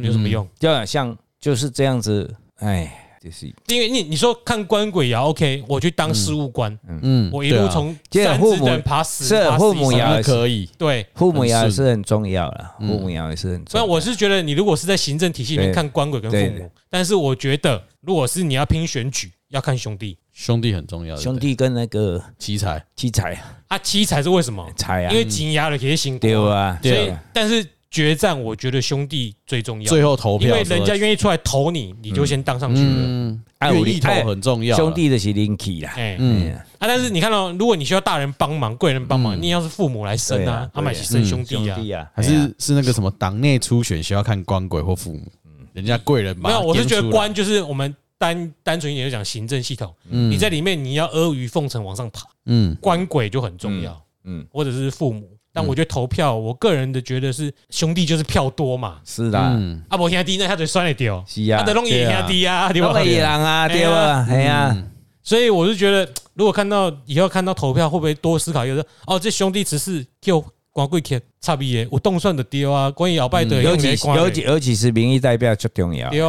Speaker 2: 有什么用？
Speaker 1: 就好像就是这样子，哎，就是
Speaker 2: 因为你你说看官鬼爻 OK，我去当事务官，
Speaker 3: 嗯，
Speaker 2: 我一路
Speaker 3: 对啊
Speaker 2: 从
Speaker 1: 对啊
Speaker 2: 三
Speaker 1: 父
Speaker 2: 只
Speaker 1: 母
Speaker 2: 能爬死，
Speaker 1: 是啊
Speaker 2: 爬死
Speaker 1: 父
Speaker 2: 以
Speaker 1: 母
Speaker 2: 上
Speaker 1: 爻
Speaker 3: 那可以，
Speaker 2: 对。
Speaker 1: 父母爻
Speaker 3: 很顺
Speaker 1: 是很重要了，
Speaker 3: 嗯
Speaker 1: 父母爻也是很重
Speaker 2: 虽然
Speaker 1: 要，
Speaker 2: 我是觉得你如果是在行政体系里面
Speaker 1: 对
Speaker 2: 看官鬼跟父
Speaker 1: 对
Speaker 2: 母，但是我觉得如果是你要拼选举，要看兄弟
Speaker 3: 兄弟很重要，
Speaker 1: 兄弟跟那个
Speaker 3: 对不对奇才，
Speaker 1: 七彩啊
Speaker 2: 啊，七才是为什么？
Speaker 1: 财啊
Speaker 2: 因，为紧压了也行，
Speaker 1: 对啊，
Speaker 2: 所
Speaker 1: 对
Speaker 2: 以
Speaker 1: 啊，
Speaker 2: 但是决战我觉得兄弟最重要，
Speaker 3: 最后投
Speaker 2: 因
Speaker 3: 票
Speaker 2: 为
Speaker 3: 的时候，
Speaker 2: 人家愿意出来投你，你就先当上去了。
Speaker 3: 嗯，
Speaker 1: 啊有
Speaker 3: 愿意投
Speaker 1: 哎
Speaker 3: 很重要，啊
Speaker 1: 兄，弟的是人气啦，
Speaker 2: 哎啊，
Speaker 3: 嗯，
Speaker 2: 但是你看到，如果你需要大人帮忙、贵人帮忙，
Speaker 3: 嗯
Speaker 2: 你要是父母来生
Speaker 1: 对
Speaker 2: 啊
Speaker 1: 啊，
Speaker 2: 他们也是生兄
Speaker 1: 兄
Speaker 2: 弟啊。
Speaker 1: 弟啊，
Speaker 3: 还
Speaker 1: 哎呀
Speaker 3: 是是那个什么党内初选需要看官鬼或父母，
Speaker 1: 嗯
Speaker 3: 人家贵人吧，
Speaker 2: 没有，我是觉
Speaker 3: 颠
Speaker 2: 得
Speaker 3: 出来，
Speaker 2: 官就是我们单单纯一点就讲行政系统，
Speaker 3: 嗯
Speaker 2: 你在里面你要阿谀奉承往上爬，
Speaker 3: 嗯
Speaker 2: 官鬼就很重要。
Speaker 1: 嗯，
Speaker 2: 或者是父母。但我觉得投票，我个人的觉得是兄弟就是票多嘛，
Speaker 1: 是啦，
Speaker 3: 嗯，
Speaker 2: 啊，无兄弟那他就算得掉，
Speaker 1: 是啊
Speaker 2: 他的弄也兄弟啊，对
Speaker 1: 对
Speaker 2: 吧？
Speaker 1: 吧？野人啊，
Speaker 2: 对
Speaker 1: 对
Speaker 2: 啊
Speaker 1: 吧？哎呀，
Speaker 2: 所以我是觉得，如果看到以后看到投票，会不会多思考一个？哦，这兄弟只是叫光棍天差别的，我动算的丢啊，关于鳌拜的
Speaker 1: 嗯尤其尤其尤其是民意代表最重要，
Speaker 2: 丢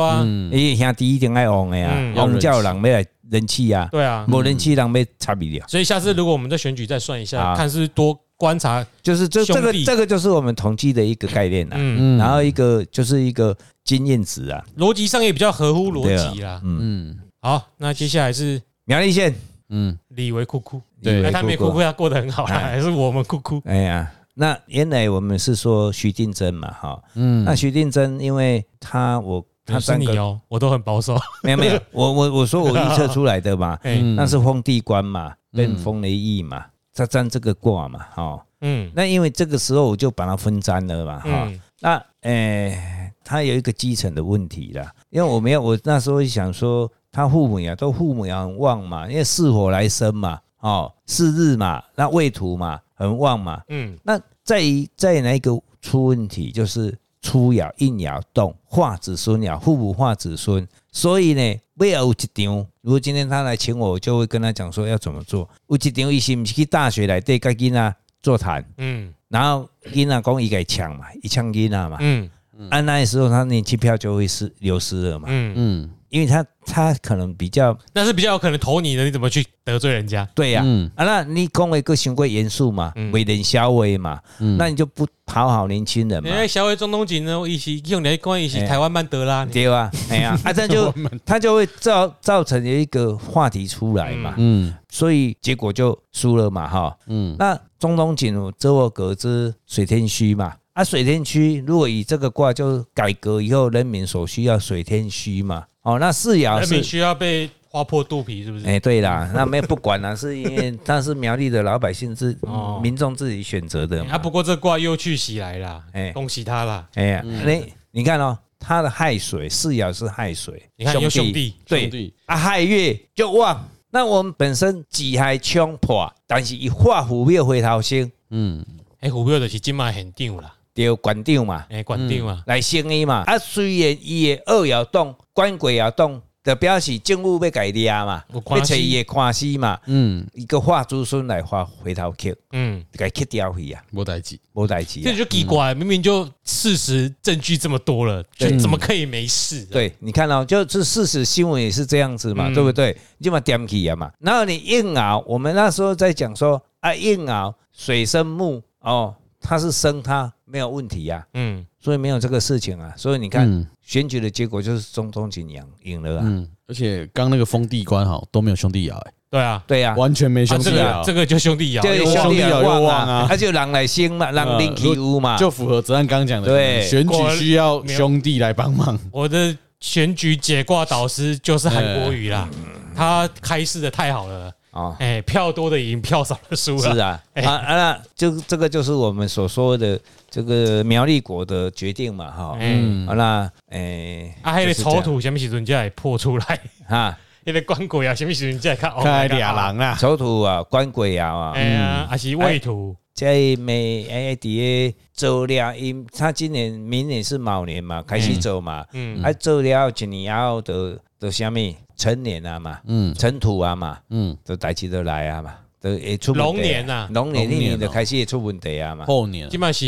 Speaker 2: 啊，
Speaker 3: 嗯
Speaker 1: 伊兄弟一定爱红的啊，
Speaker 2: 嗯
Speaker 1: 红叫人要来人气啊，
Speaker 2: 对啊。
Speaker 1: 无人气人要差不了。
Speaker 2: 所以下次如果我们在选举再算一下，
Speaker 1: 啊
Speaker 2: 看是不是多观察，
Speaker 1: 就是这这
Speaker 2: 兄
Speaker 1: 个
Speaker 2: 弟
Speaker 1: 这个就是我们统计的一个概念啊，
Speaker 2: 嗯，
Speaker 1: 然后一个就是一个经验值啊，
Speaker 2: 逻辑上也比较合乎逻辑啦。
Speaker 1: 嗯，
Speaker 3: 嗯
Speaker 2: 好，那接下来是
Speaker 1: 苗栗县，
Speaker 3: 嗯，
Speaker 2: 李维哭哭，
Speaker 3: 对
Speaker 2: 哎那他没哭哭，他过得很好啦，还是我们哭哭，
Speaker 1: 哎呀，那原来我们是说徐定珍嘛，哈，
Speaker 3: 嗯
Speaker 1: 那徐定珍因为他我他
Speaker 2: 是
Speaker 1: 三
Speaker 2: 你
Speaker 1: 个
Speaker 2: 哦，我都很
Speaker 1: <laughs>
Speaker 2: 保守，，
Speaker 1: 没有没有，我我我说我预测出来的嘛
Speaker 2: 哎，
Speaker 3: 嗯
Speaker 1: 那是封地官嘛，变封雷翼嘛，他占这个卦嘛，哦，
Speaker 2: 嗯
Speaker 1: 那因为这个时候我就把它分占了嘛，哈、
Speaker 2: 嗯
Speaker 1: 那诶，他有一个基层的问题啦，因为我没有，我那时候想说，他父母呀，都父母呀很旺嘛，因为巳火来生嘛，哦，巳日嘛，那未土嘛，很旺嘛。
Speaker 2: 嗯
Speaker 1: 那在于在哪一个出问题，就是初爻、应爻动化子孙爻，父母化子孙，所以呢，未有一场。如果今天他来请我，我就会跟他讲说要怎么做。有一场，伊是不是去大学来对跟囡仔座谈？
Speaker 2: 嗯
Speaker 1: 然后囡仔讲伊该抢嘛，伊抢囡仔嘛，
Speaker 2: 嗯
Speaker 1: 啊，那时候他年轻票就会失流失了嘛，
Speaker 2: 嗯，
Speaker 3: 嗯
Speaker 1: 因为他他可能比较
Speaker 2: 那是比较有可能投你的，你怎么去得罪人家？
Speaker 1: 对呀、啊，
Speaker 3: 嗯
Speaker 1: 那你讲话个行过严肃嘛，
Speaker 2: 嗯
Speaker 1: 为人消微嘛，
Speaker 3: 嗯
Speaker 1: 那你就不讨好年轻人嘛
Speaker 2: 因，为哎小伟中东锦呢，一起用来关一起
Speaker 1: 哎呀
Speaker 2: 台湾曼德拉，
Speaker 1: 对
Speaker 2: <laughs>
Speaker 1: 啊，哎呀、啊，这样就他就会造造成一个话题出来嘛，
Speaker 3: 嗯
Speaker 1: 所以结果就输了嘛，哈，
Speaker 3: 嗯
Speaker 1: 那中东锦这我格之水天虚嘛，啊，水天虚如果以这个卦就改革以后人民所需要水天虚嘛，哦，那四爻
Speaker 2: 人民
Speaker 1: 是。
Speaker 2: 需要被划破肚皮，是不是？
Speaker 1: 哎、对啦，那没有不管啦，是因为他是苗栗的老百姓自、
Speaker 2: 哦
Speaker 1: 民众自己选择的
Speaker 2: 啊，
Speaker 1: 嘛。
Speaker 2: 不过这卦又去喜来啦
Speaker 1: 哎，
Speaker 2: 恭喜他啦！
Speaker 1: 哎呀，
Speaker 2: 嗯
Speaker 1: 你你看哦，他的亥水四爻是亥水，
Speaker 2: 你看有兄弟，
Speaker 3: 兄
Speaker 1: 对
Speaker 3: 弟
Speaker 1: 啊，亥月就旺。那我们本身己亥冲破，但是一化虎灭回头星，
Speaker 3: 嗯
Speaker 2: 哎，虎标就是今晚很定啦，
Speaker 1: 就管定嘛。
Speaker 2: 哎，管定嘛，
Speaker 1: 来生伊嘛。啊，虽然伊的二爻动，官鬼爻动，就表示政府要改掠嘛
Speaker 2: 有，看
Speaker 1: 要
Speaker 2: 死
Speaker 1: 找伊的看死嘛，
Speaker 3: 嗯，
Speaker 1: 一个化子孙来化回头扣，
Speaker 2: 嗯，
Speaker 1: 给扣掉去啊，
Speaker 3: 没代志，
Speaker 1: 无代志
Speaker 2: 这
Speaker 1: 啊。
Speaker 2: 就奇怪，明明就事实证据这么多了，就
Speaker 1: 对
Speaker 2: 怎么可以没事？，啊
Speaker 1: 对，你看哦，就是事实新闻也是这样子嘛，
Speaker 2: 嗯
Speaker 1: 对不对？你嘛点起啊嘛，然后你硬熬，我们那时候在讲说啊，硬熬水生木哦，它是生它没有问题呀、
Speaker 2: 嗯，
Speaker 1: 所以没有这个事情啊。所以你看、
Speaker 3: 嗯
Speaker 1: 选举的结果就是中东锦赢赢了啊，
Speaker 3: 嗯，而且刚那个封地官哈都没有兄弟爻，哎，
Speaker 2: 对啊，
Speaker 1: 对呀、
Speaker 3: 完全没
Speaker 2: 啊
Speaker 3: 兄弟
Speaker 2: 这个
Speaker 3: 爻，
Speaker 2: 这个就兄弟
Speaker 1: 就是
Speaker 2: 爻，
Speaker 1: 兄弟有
Speaker 3: 有
Speaker 1: 旺
Speaker 3: 旺
Speaker 1: 啊
Speaker 3: 啊，
Speaker 1: 他就人来兴嘛，人拎起屋嘛，
Speaker 3: 就符合泽安刚讲的，
Speaker 1: 啊对
Speaker 3: 选举需要兄弟来帮忙，
Speaker 2: 我的选举解卦导师就是韩国瑜啦，
Speaker 1: 嗯
Speaker 2: 他开示的太好了， <laughs>
Speaker 1: 啊，
Speaker 2: 哎，票多的赢，票少的输
Speaker 1: 是
Speaker 2: 啊，
Speaker 1: 啊，啊啊，那就这个就是我们所说的这个苗栗国的决定嘛，哈，
Speaker 2: 嗯，
Speaker 1: 啊那诶，
Speaker 2: 啊，那
Speaker 1: 就
Speaker 2: 个
Speaker 1: 是这样
Speaker 2: 丑土什么时阵才会破出来？ <laughs>
Speaker 1: 哈，
Speaker 2: 迄个官鬼啊，什么时阵才看？
Speaker 3: 看来俩，狼啦，
Speaker 1: 丑土啊，官鬼啊，啊
Speaker 2: 哎呀，还是未土，
Speaker 1: 在美诶伫个哎做了，因他今年明年是卯年嘛，开始做嘛，
Speaker 2: 嗯
Speaker 1: 啊做了一年后就就啥物成年啊嘛，
Speaker 3: 嗯
Speaker 1: 尘土啊嘛，
Speaker 3: 嗯，
Speaker 1: 就代志都来啊嘛，都会出
Speaker 2: 龙年
Speaker 1: 啊
Speaker 2: 啊，
Speaker 1: 龙年那
Speaker 3: 龙年
Speaker 1: 年
Speaker 3: 哦
Speaker 1: 就开始会出问题啊嘛。
Speaker 3: 后年
Speaker 2: 今嘛是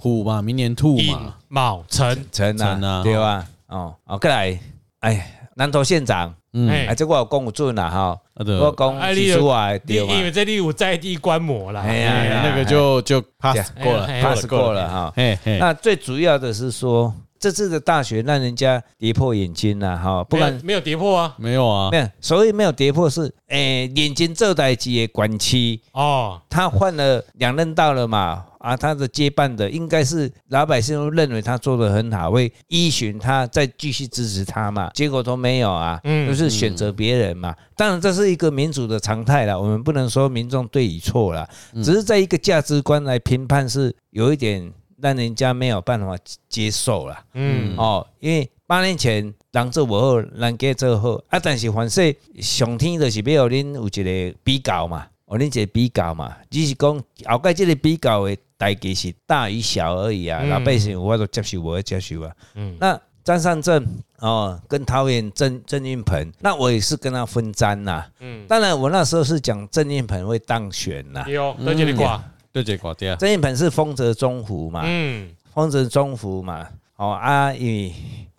Speaker 3: 虎嘛，明年兔
Speaker 2: 寅
Speaker 3: 嘛，
Speaker 2: 卯辰，
Speaker 1: 陈
Speaker 3: 陈
Speaker 1: 啊，
Speaker 3: 啊
Speaker 1: 对啊，哦，哦，过来，哎，南投县长，
Speaker 3: 嗯，
Speaker 1: 哎，
Speaker 2: 哎，
Speaker 1: 这我有讲有准啦吼，
Speaker 3: 啊对，
Speaker 1: 我讲技术啊，
Speaker 2: 你
Speaker 1: 对
Speaker 2: 因为
Speaker 1: 嘛
Speaker 2: 这里有在地观摩啦，
Speaker 1: 哎呀
Speaker 2: 哎呀
Speaker 3: 那个就就 pass
Speaker 2: 哎
Speaker 3: 过了
Speaker 2: 哎
Speaker 1: ，pass 过了，啊哈。
Speaker 3: 嘿嘿，
Speaker 1: 那最主要的是说，这次的大学让人家跌破眼睛了哈，不
Speaker 2: 没
Speaker 1: 然
Speaker 2: 有没有跌破啊，
Speaker 3: 没有啊
Speaker 1: 没，有，所以没有跌破是，哎，眼睛这代机的管期，
Speaker 2: 哦，
Speaker 1: 他换了两任道了嘛。啊，他的接班的应该是老百姓都认为他做的很好，会依循他，再继续支持他嘛。结果都没有啊，
Speaker 2: 嗯
Speaker 1: 就是选择别人嘛。当然，这是一个民主的常态啦，我们不能说民众对与错啦，只是在一个价值观来评判是有一点让人家没有办法接受啦。
Speaker 2: 嗯，
Speaker 1: 哦，因为八年前人做无好，人家做好啊，但是反正上天就是要互恁有一个比较嘛。哦，恁这比较嘛，只是讲后盖这个比较的代价是大与小而已啊，
Speaker 2: 嗯
Speaker 1: 老百姓有我都接受，我要接受啊。
Speaker 2: 嗯
Speaker 1: 那张善政哦，跟桃园郑郑运鹏，那我也是跟他分赃呐、
Speaker 2: 嗯，
Speaker 1: 当然，我那时候是讲郑运鹏会当选呐、
Speaker 2: 有哦在这里挂，
Speaker 3: 对这挂掉，
Speaker 1: 郑运鹏是丰泽中湖嘛，
Speaker 2: 嗯
Speaker 1: 丰泽中湖嘛，哦啊，因为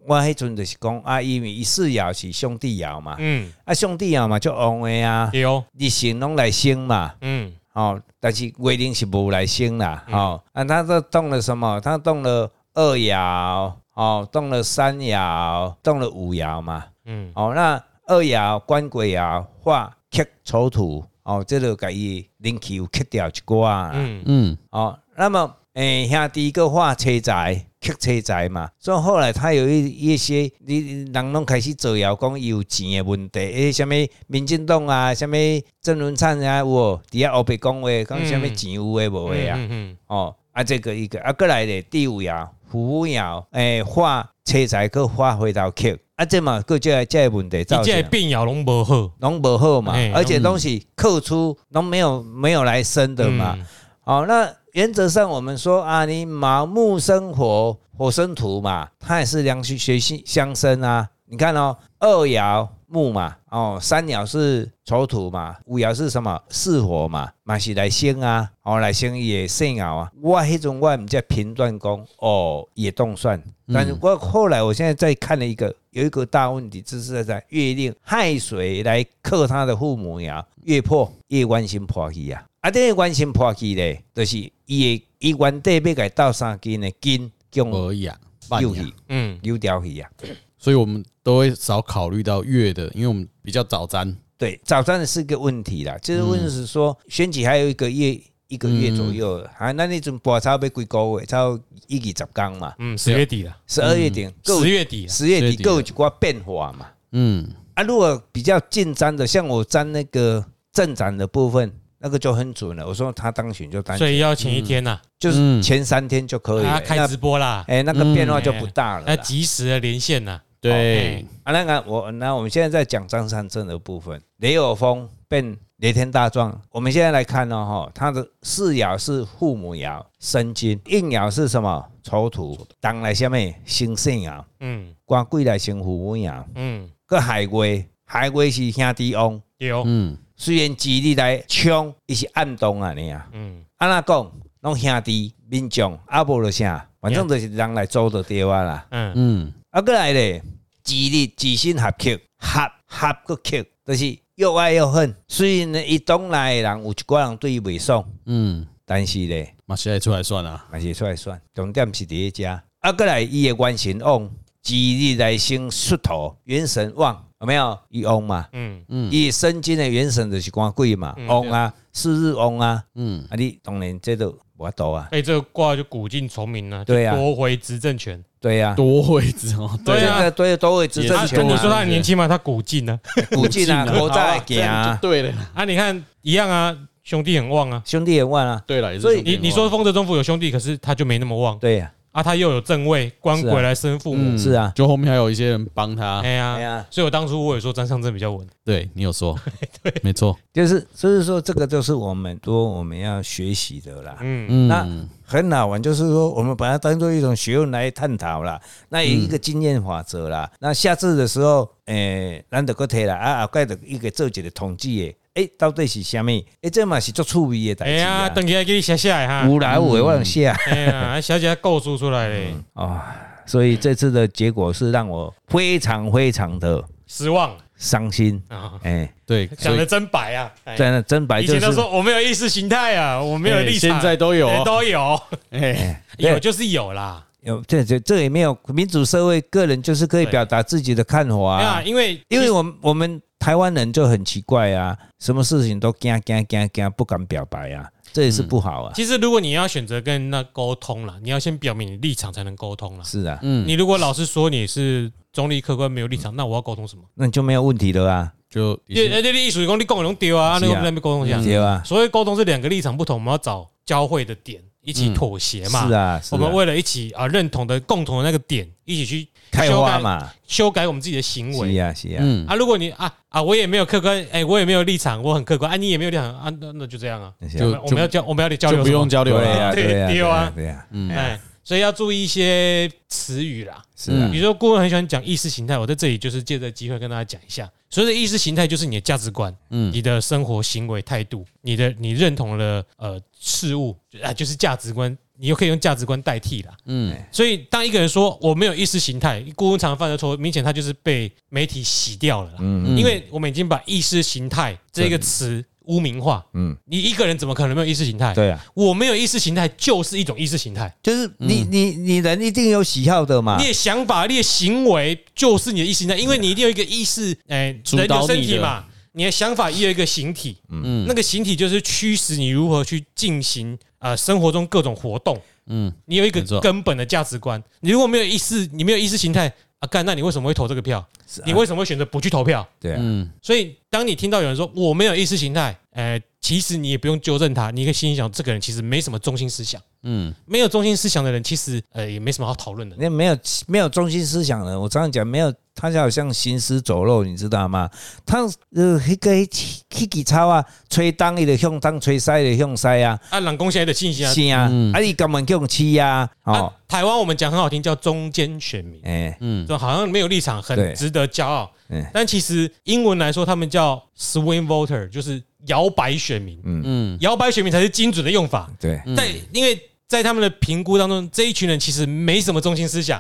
Speaker 1: 我迄阵就是讲啊，因为伊四爻是兄弟爻嘛，
Speaker 2: 嗯
Speaker 1: 啊兄弟爻嘛就旺的啊，
Speaker 2: 有，
Speaker 1: 日行拢来升嘛，
Speaker 2: 嗯
Speaker 1: 哦，但是月令是无来升啦，哦，啊他都动了什么？他动了二爻，哦，动了三爻，动了五爻嘛，
Speaker 2: 嗯
Speaker 1: 哦，那二爻、官鬼爻化克丑土，哦，这就甲伊灵气有克掉一寡啊。
Speaker 2: 嗯
Speaker 3: 嗯，
Speaker 1: 哦，那么诶，兄弟个画车仔，刻车仔嘛，所以后来他有一一些，你你人拢开始造谣讲伊有钱的问题，诶，什么民进党啊，什么郑文灿啊，有哦，底下黑白讲话，讲什么钱有诶无诶啊，
Speaker 2: 嗯嗯
Speaker 1: 哦，啊这个一个，啊过来咧第五爻，虎爻，诶，画哎车仔个画回到刻，啊这嘛，个这这问题
Speaker 2: 嗯，
Speaker 1: 造啊
Speaker 2: 你这
Speaker 1: 成
Speaker 2: 个。哎病药拢无好，
Speaker 1: 拢无好嘛
Speaker 2: 嘿，
Speaker 1: 而且东西扣出拢没有没有来生的嘛，
Speaker 2: 嗯？
Speaker 1: 好，那原则上我们说啊，你盲目生火，火生土嘛，它也是两虚学性相生啊。你看哦，二爻木嘛，哦，三爻是丑土嘛，五爻是什么？巳火嘛，嘛是来生啊，哦，来生也生爻啊。我迄种我唔在评断讲哦，也动算，但是我后来我现在再看了一个，有一个大问题，就是在在月令亥水来克他的父母爻，月破月关心破去啊。啊，这个原心破去咧，就是伊的伊原底要改斗三斤的筋，用
Speaker 3: 而已啊，半
Speaker 1: 丢
Speaker 3: 年
Speaker 1: 去
Speaker 3: 啊，
Speaker 2: 嗯
Speaker 1: 丢掉去啊。
Speaker 3: 所以我们都会少考虑到月的，因为我们比较早沾，
Speaker 1: 对，早餐是个问题啦，就是问题是说、选举还有一个月一个月左右了啊，那你阵博差不多几个月，差不多一二十天嘛，
Speaker 2: 嗯，十月底了，
Speaker 1: 十二月底够
Speaker 2: 嗯十月底了，
Speaker 1: 十月
Speaker 3: 十月
Speaker 1: 底
Speaker 3: 底
Speaker 1: 够有一寡变化嘛。
Speaker 3: 嗯，
Speaker 1: 啊，如果比较近瞻的，像我沾那个正展的部分，那个就很准了。我说他当选就当
Speaker 2: 所
Speaker 1: 选，
Speaker 2: 以要前一天呐，
Speaker 1: 就是
Speaker 3: 嗯
Speaker 1: 前三天就可以
Speaker 2: 他
Speaker 1: 了。
Speaker 2: 开
Speaker 1: 那
Speaker 2: 直播啦，
Speaker 1: 哎、那个变化就不
Speaker 2: 嗯
Speaker 1: 大了啦。
Speaker 2: 要及时的连线呐，
Speaker 3: 对，
Speaker 1: 啊，那个我那我们现在在讲张善政的部分，雷有风变雷天大壮。我们现在来看哦，哈，他的四爻是父母爻、申金，应爻是什么？丑土，当来下面星性爻，
Speaker 2: 嗯
Speaker 1: 官贵来成父母爻，
Speaker 2: 嗯
Speaker 1: 个海龟，海龟是兄弟翁。
Speaker 2: 有，
Speaker 3: 嗯，
Speaker 1: 虽然极力来冲，伊是暗动啊你啊，
Speaker 2: 嗯
Speaker 1: 安那讲拢兄弟民众，啊无就啥，反正就是人来做就对啊啦。
Speaker 2: 嗯
Speaker 3: 嗯，
Speaker 1: 啊，过来咧，极力极心合克，合合个克，就是又爱又恨。虽然呢，伊党内的人有一寡人对伊袂爽，
Speaker 3: 嗯，
Speaker 1: 但是咧，
Speaker 3: 马西来出来算啊，
Speaker 1: 还是出来算。重点是伫咧遮。啊，过来伊的元神旺，极力来生出头，元神旺有没有？伊旺嘛，
Speaker 2: 嗯
Speaker 1: 伊、身金的元神就是官贵嘛，
Speaker 2: 嗯
Speaker 1: 旺啊，四日旺啊，
Speaker 3: 嗯，
Speaker 1: 啊，你当然这都无法度啊，
Speaker 2: 哎，这个卦就古今从民了，
Speaker 1: 对啊
Speaker 2: 就夺回执政权。
Speaker 1: 对啊。
Speaker 3: 多会子哦，
Speaker 2: 对啊
Speaker 1: 这个对都会执
Speaker 2: 啊
Speaker 1: 政
Speaker 3: 也是
Speaker 1: 权
Speaker 3: 多
Speaker 2: 你说他
Speaker 1: 啊，
Speaker 2: 很年轻嘛，他古劲呢？
Speaker 1: 古进
Speaker 2: <laughs>
Speaker 1: 啊，
Speaker 3: 好
Speaker 1: 国在
Speaker 3: 这
Speaker 1: 行
Speaker 3: 样
Speaker 1: 啊
Speaker 3: 就，对了啦，
Speaker 2: 啊，你看一样啊，兄弟很旺啊。
Speaker 1: 兄弟也旺啊，
Speaker 3: 对了，也是哦
Speaker 1: 所以
Speaker 3: 兄弟
Speaker 2: 你
Speaker 3: 伙
Speaker 2: 你说丰泽中府有兄弟，可是他就没那么旺
Speaker 1: 对呀、
Speaker 2: 啊，他又有正位官
Speaker 1: 是
Speaker 2: 鬼
Speaker 1: 啊
Speaker 2: 来生父母
Speaker 3: 嗯，
Speaker 1: 是啊
Speaker 3: 就后面还有一些人帮他，
Speaker 1: 哎
Speaker 2: 哎呀，
Speaker 1: 呀，
Speaker 2: 所以我当初我也说张尚正比较稳，
Speaker 3: 对你有说，对，没错，
Speaker 1: 就是就是说，这个就是我们多我们要学习的啦。
Speaker 2: 嗯
Speaker 3: 嗯，
Speaker 1: 那很好玩，就是说我们把它当做一种学问来探讨啦，那有一个经验法则啦。那下次的时候，诶、咱就搁提啦，啊，后盖的一个做一个统计的，诶、到底是虾米？诶、这嘛是足趣味的代
Speaker 2: 哎
Speaker 1: 志
Speaker 2: 呀，
Speaker 1: 啊。
Speaker 2: 等起来给你写下来哈，
Speaker 1: 有来有的我有写啊、
Speaker 2: 哎呀，小姐构书出来嘞，
Speaker 1: 哦，所以这次的结果是让我非常非常的
Speaker 2: 失望
Speaker 1: 伤心。
Speaker 2: 啊，
Speaker 1: 哎、
Speaker 3: 对，
Speaker 2: 讲
Speaker 3: 所
Speaker 2: 的
Speaker 3: 以
Speaker 2: 真白啊，哎
Speaker 1: 真的真白
Speaker 2: 以
Speaker 1: 就
Speaker 2: 前
Speaker 1: 是
Speaker 2: 都说我没有意识形态啊，我没有
Speaker 3: 哎
Speaker 2: 立场，
Speaker 3: 现在都有
Speaker 2: 哎
Speaker 3: 哦，
Speaker 2: 都有，
Speaker 3: 哎，
Speaker 1: 对
Speaker 2: 有就是有啦，
Speaker 1: 有这这这也没有民主社会，个人就是可以
Speaker 2: 对
Speaker 1: 表达自己的看法、
Speaker 2: 哎
Speaker 1: 啊
Speaker 2: 呀，。因为
Speaker 1: 因为我们我们台湾人就很奇怪啊，什么事情都惊惊惊惊，不敢表白啊，这也是不好啊。
Speaker 2: 其实如果你要选择跟人家沟通啦，你要先表明你立场才能沟通啦。
Speaker 1: 是啊，
Speaker 3: 嗯，
Speaker 2: 你如果老是说你是中立客观没有立
Speaker 1: 嗯
Speaker 2: 场，那我要沟通什么？
Speaker 1: 那就没有问题了啊，
Speaker 3: 就
Speaker 2: 因为人家艺术工你共同丢啊，
Speaker 1: 是
Speaker 2: 那
Speaker 1: 啊
Speaker 2: 个在那边沟通一下。
Speaker 1: 对吧？
Speaker 2: 所谓沟通是两个立场不同，我们要找交汇的点，一起妥协嘛。
Speaker 1: 是啊，是
Speaker 2: 我们
Speaker 1: 啊
Speaker 2: 为了一起啊认同的共同的那个点，一起去
Speaker 1: 开
Speaker 2: 修
Speaker 1: 花
Speaker 2: 改
Speaker 1: 嘛，
Speaker 2: 修改我们自己的行
Speaker 1: 是
Speaker 2: 为
Speaker 1: 啊，是啊，
Speaker 3: 嗯，
Speaker 2: 啊。如果你啊啊，我也没有客观，哎、我也没有立场，我很客观啊，你也没有立场啊，那那就这样啊。
Speaker 1: 那些
Speaker 3: 就
Speaker 2: 我们要交，我们要交流什么，
Speaker 3: 就不用交流
Speaker 1: 对
Speaker 3: 了。
Speaker 1: 啊，对啊，
Speaker 2: 对
Speaker 1: 对
Speaker 2: 对啊
Speaker 1: 啊，对啊，
Speaker 3: 嗯
Speaker 2: 哎，所以要注意一些词语啦。
Speaker 1: 是
Speaker 3: 嗯
Speaker 1: 啊
Speaker 2: 比，如说，顾问很喜欢讲意识形态，我在这里就是借这个机会跟大家讲一下。所谓的意识形态，就是你的价值观、
Speaker 3: 嗯
Speaker 2: 你的生活行为态度、你的你认同了呃事物啊，就是价值观，你又可以用价值观代替啦。
Speaker 3: 嗯
Speaker 1: 哎
Speaker 2: 所以，当一个人说我没有意识形态，顾问常犯的错，明显他就是被媒体洗掉了啦。
Speaker 1: 嗯
Speaker 2: 因为我们已经把意识形态这个词污名化，
Speaker 1: 嗯，
Speaker 2: 你一个人怎么可能没有意识形态？
Speaker 1: 对啊，
Speaker 2: 我没有意识形态就是一种意识形态。
Speaker 1: 就是你你你人一定有喜好的
Speaker 3: 啊
Speaker 1: 嘛
Speaker 2: 你，的想法、你的行为就是你的意识形态，因为你一定有一个意识，哎，
Speaker 3: 嗯主
Speaker 2: 人有
Speaker 3: 导你
Speaker 2: 身体
Speaker 3: 的
Speaker 2: 嘛，你的想法也有一个形体，
Speaker 3: 嗯
Speaker 2: 那个形体就是驱使你如何去进行呃生活中各种活动，
Speaker 3: 嗯，
Speaker 2: 你有一个
Speaker 3: 没错
Speaker 2: 根本的价值观。你如果没有意识，你没有意识形态啊，干，那你为什么会投这个票？
Speaker 1: 是啊
Speaker 2: 你为什么会选择不去投票？
Speaker 1: 对啊，
Speaker 3: 嗯
Speaker 2: 所以，当你听到有人说我没有意识形态，呃，其实你也不用纠正他，你可以心里想，这个人其实没什么中心思想。
Speaker 3: 嗯
Speaker 2: 没有中心思想的人，其实呃也没什么好讨论的。
Speaker 1: 那没有没有中心思想的，我常常讲没有，他就好像行尸走肉，你知道吗？他呃，迄个迄个草啊，吹东伊就向东，吹西就向西啊，
Speaker 2: 啊，人工现在的信息啊，
Speaker 1: 是啊
Speaker 3: 嗯，
Speaker 1: 啊你根本叫吃啊，哦
Speaker 2: 啊，，台湾我们讲很好听，叫中间选民，
Speaker 1: 哎，
Speaker 3: 嗯
Speaker 2: 就好像没有立场，很
Speaker 1: 对
Speaker 2: 值得骄傲
Speaker 1: 嗯。
Speaker 2: 但其实英文来说，他们叫 swing voter，就是摇摆选民。
Speaker 3: 嗯
Speaker 2: 摇摆选民才是精准的用法。
Speaker 1: 对，
Speaker 3: 嗯
Speaker 2: 但因为在他们的评估当中，这一群人其实没什么中心思想，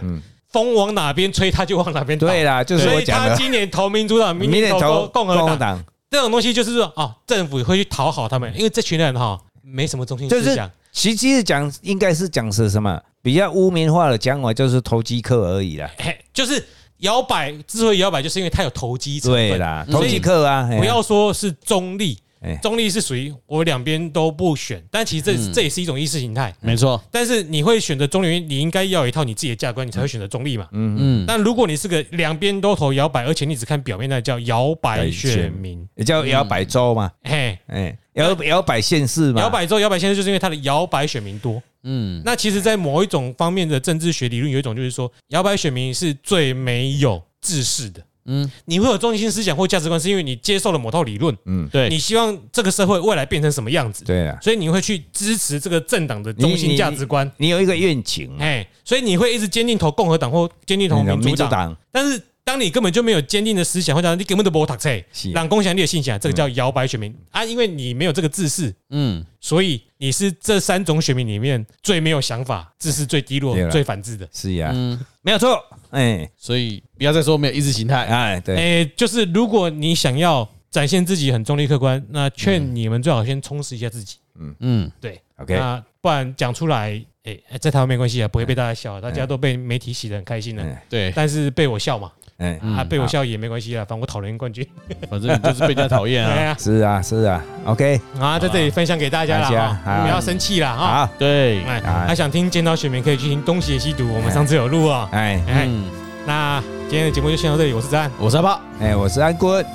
Speaker 2: 风往哪边吹他就往哪边
Speaker 1: 嗯
Speaker 2: 倒。
Speaker 1: 对啦，就是
Speaker 2: 所
Speaker 1: 我
Speaker 2: 以
Speaker 1: 讲
Speaker 2: 他
Speaker 1: 的，
Speaker 2: 今年投民主党，明年投共和党，
Speaker 1: 党，
Speaker 2: 这种东西就是说，哦，政府会去讨好他们，因为这群人哈没什么中心
Speaker 1: 就
Speaker 2: 思
Speaker 1: 是
Speaker 2: 想。
Speaker 1: 其其实讲应该是讲是什么比较污名化的讲法，就是投机客而已啦。
Speaker 2: 嘿，就是摇摆，之所以摇摆，就是因为它有投机成分。嗯
Speaker 1: 对啦，
Speaker 2: 所
Speaker 1: 投
Speaker 2: 以
Speaker 1: 机客啊，
Speaker 2: 不要说是中立
Speaker 1: 哎，
Speaker 2: 中立是属于我两边都不选，但其实这、
Speaker 1: 嗯
Speaker 2: 这也是一种意识形态。
Speaker 3: 没错，
Speaker 2: 但是你会选择中立，你应该要有一套你自己的价值观，你才会选择中立嘛。
Speaker 3: 嗯
Speaker 2: 但如果你是个两边都投摇摆，而且你只看表面，那叫摇摆选民。
Speaker 1: 也叫摇摆州嘛，
Speaker 2: 嘿，
Speaker 1: 哎，摇摇摆县市嘛，
Speaker 2: 摇摆之后，摇摆现在就是因为他的摇摆选民多。
Speaker 3: 嗯
Speaker 2: 那其实，在某一种方面的政治学理论，有一种就是说，摇摆选民是最没有制式的。
Speaker 3: 嗯，
Speaker 2: 你会有中心思想或价值观，是因为你接受了某套理论，
Speaker 1: 嗯，
Speaker 3: 对，
Speaker 2: 你希望这个社会未来变成什么样子，
Speaker 1: 对啦，
Speaker 2: 所以你会去支持这个政党的中心价值观。
Speaker 1: 你有一个愿景，
Speaker 2: 哎，所以你会一直坚定投共和党或坚定投
Speaker 1: 那个
Speaker 2: 民
Speaker 1: 民
Speaker 2: 主
Speaker 1: 主
Speaker 2: 党，
Speaker 1: 党
Speaker 2: 但是当你根本就没有坚定的思想，或者你根本都不读册，
Speaker 1: 是啊嗯
Speaker 2: 让共享你的信啊仰，这个叫摇摆选民啊，因为你没有这个自识，
Speaker 3: 嗯
Speaker 2: 所以你是这三种选民里面最没有想法、自视最低落
Speaker 1: 对、了
Speaker 2: 最反智的。
Speaker 1: 是呀，
Speaker 3: 嗯，
Speaker 1: 没有错，哎
Speaker 3: 所以不要再说没有意识形态，
Speaker 1: 哎，对，
Speaker 2: 哎、就是如果你想要展现自己很中立客观，那劝你们最好先充实一下自己。
Speaker 3: 嗯
Speaker 2: 对
Speaker 1: OK
Speaker 2: 那不然讲出来，哎、在台湾没关系啊，不会被大家笑啊，大家都被媒体洗得很开心的、
Speaker 1: 嗯
Speaker 3: 对，
Speaker 2: 但是被我笑嘛，
Speaker 1: 哎，
Speaker 2: 啊，被我笑也没关系啊，反正我讨厌冠军。
Speaker 3: 反正你就是被人家讨厌
Speaker 2: 对
Speaker 3: 啊，
Speaker 2: 啊，
Speaker 1: 是啊是啊，OK，
Speaker 2: 啊，在这里分享给大家了
Speaker 1: 大家
Speaker 2: 哈，
Speaker 1: 好啊
Speaker 2: 不要生气啦哈。
Speaker 1: 好，
Speaker 3: 对，
Speaker 2: 哎，
Speaker 1: 好啊
Speaker 2: 还想听剪刀选民可以去听《东邪西毒》，我们上次有录啊。
Speaker 1: 哎
Speaker 2: 哎，
Speaker 3: 嗯，
Speaker 2: 那今天的节目就先到这里，我是子安，
Speaker 3: 我是阿炮，
Speaker 1: 哎，我是安坤，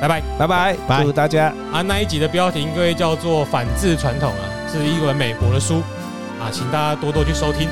Speaker 2: 拜拜。
Speaker 1: 拜拜，
Speaker 3: 拜
Speaker 1: 祝大家
Speaker 2: 啊，那一集的标题应该叫做“反制传统”啊，是一本美国的书啊，请大家多多去收听。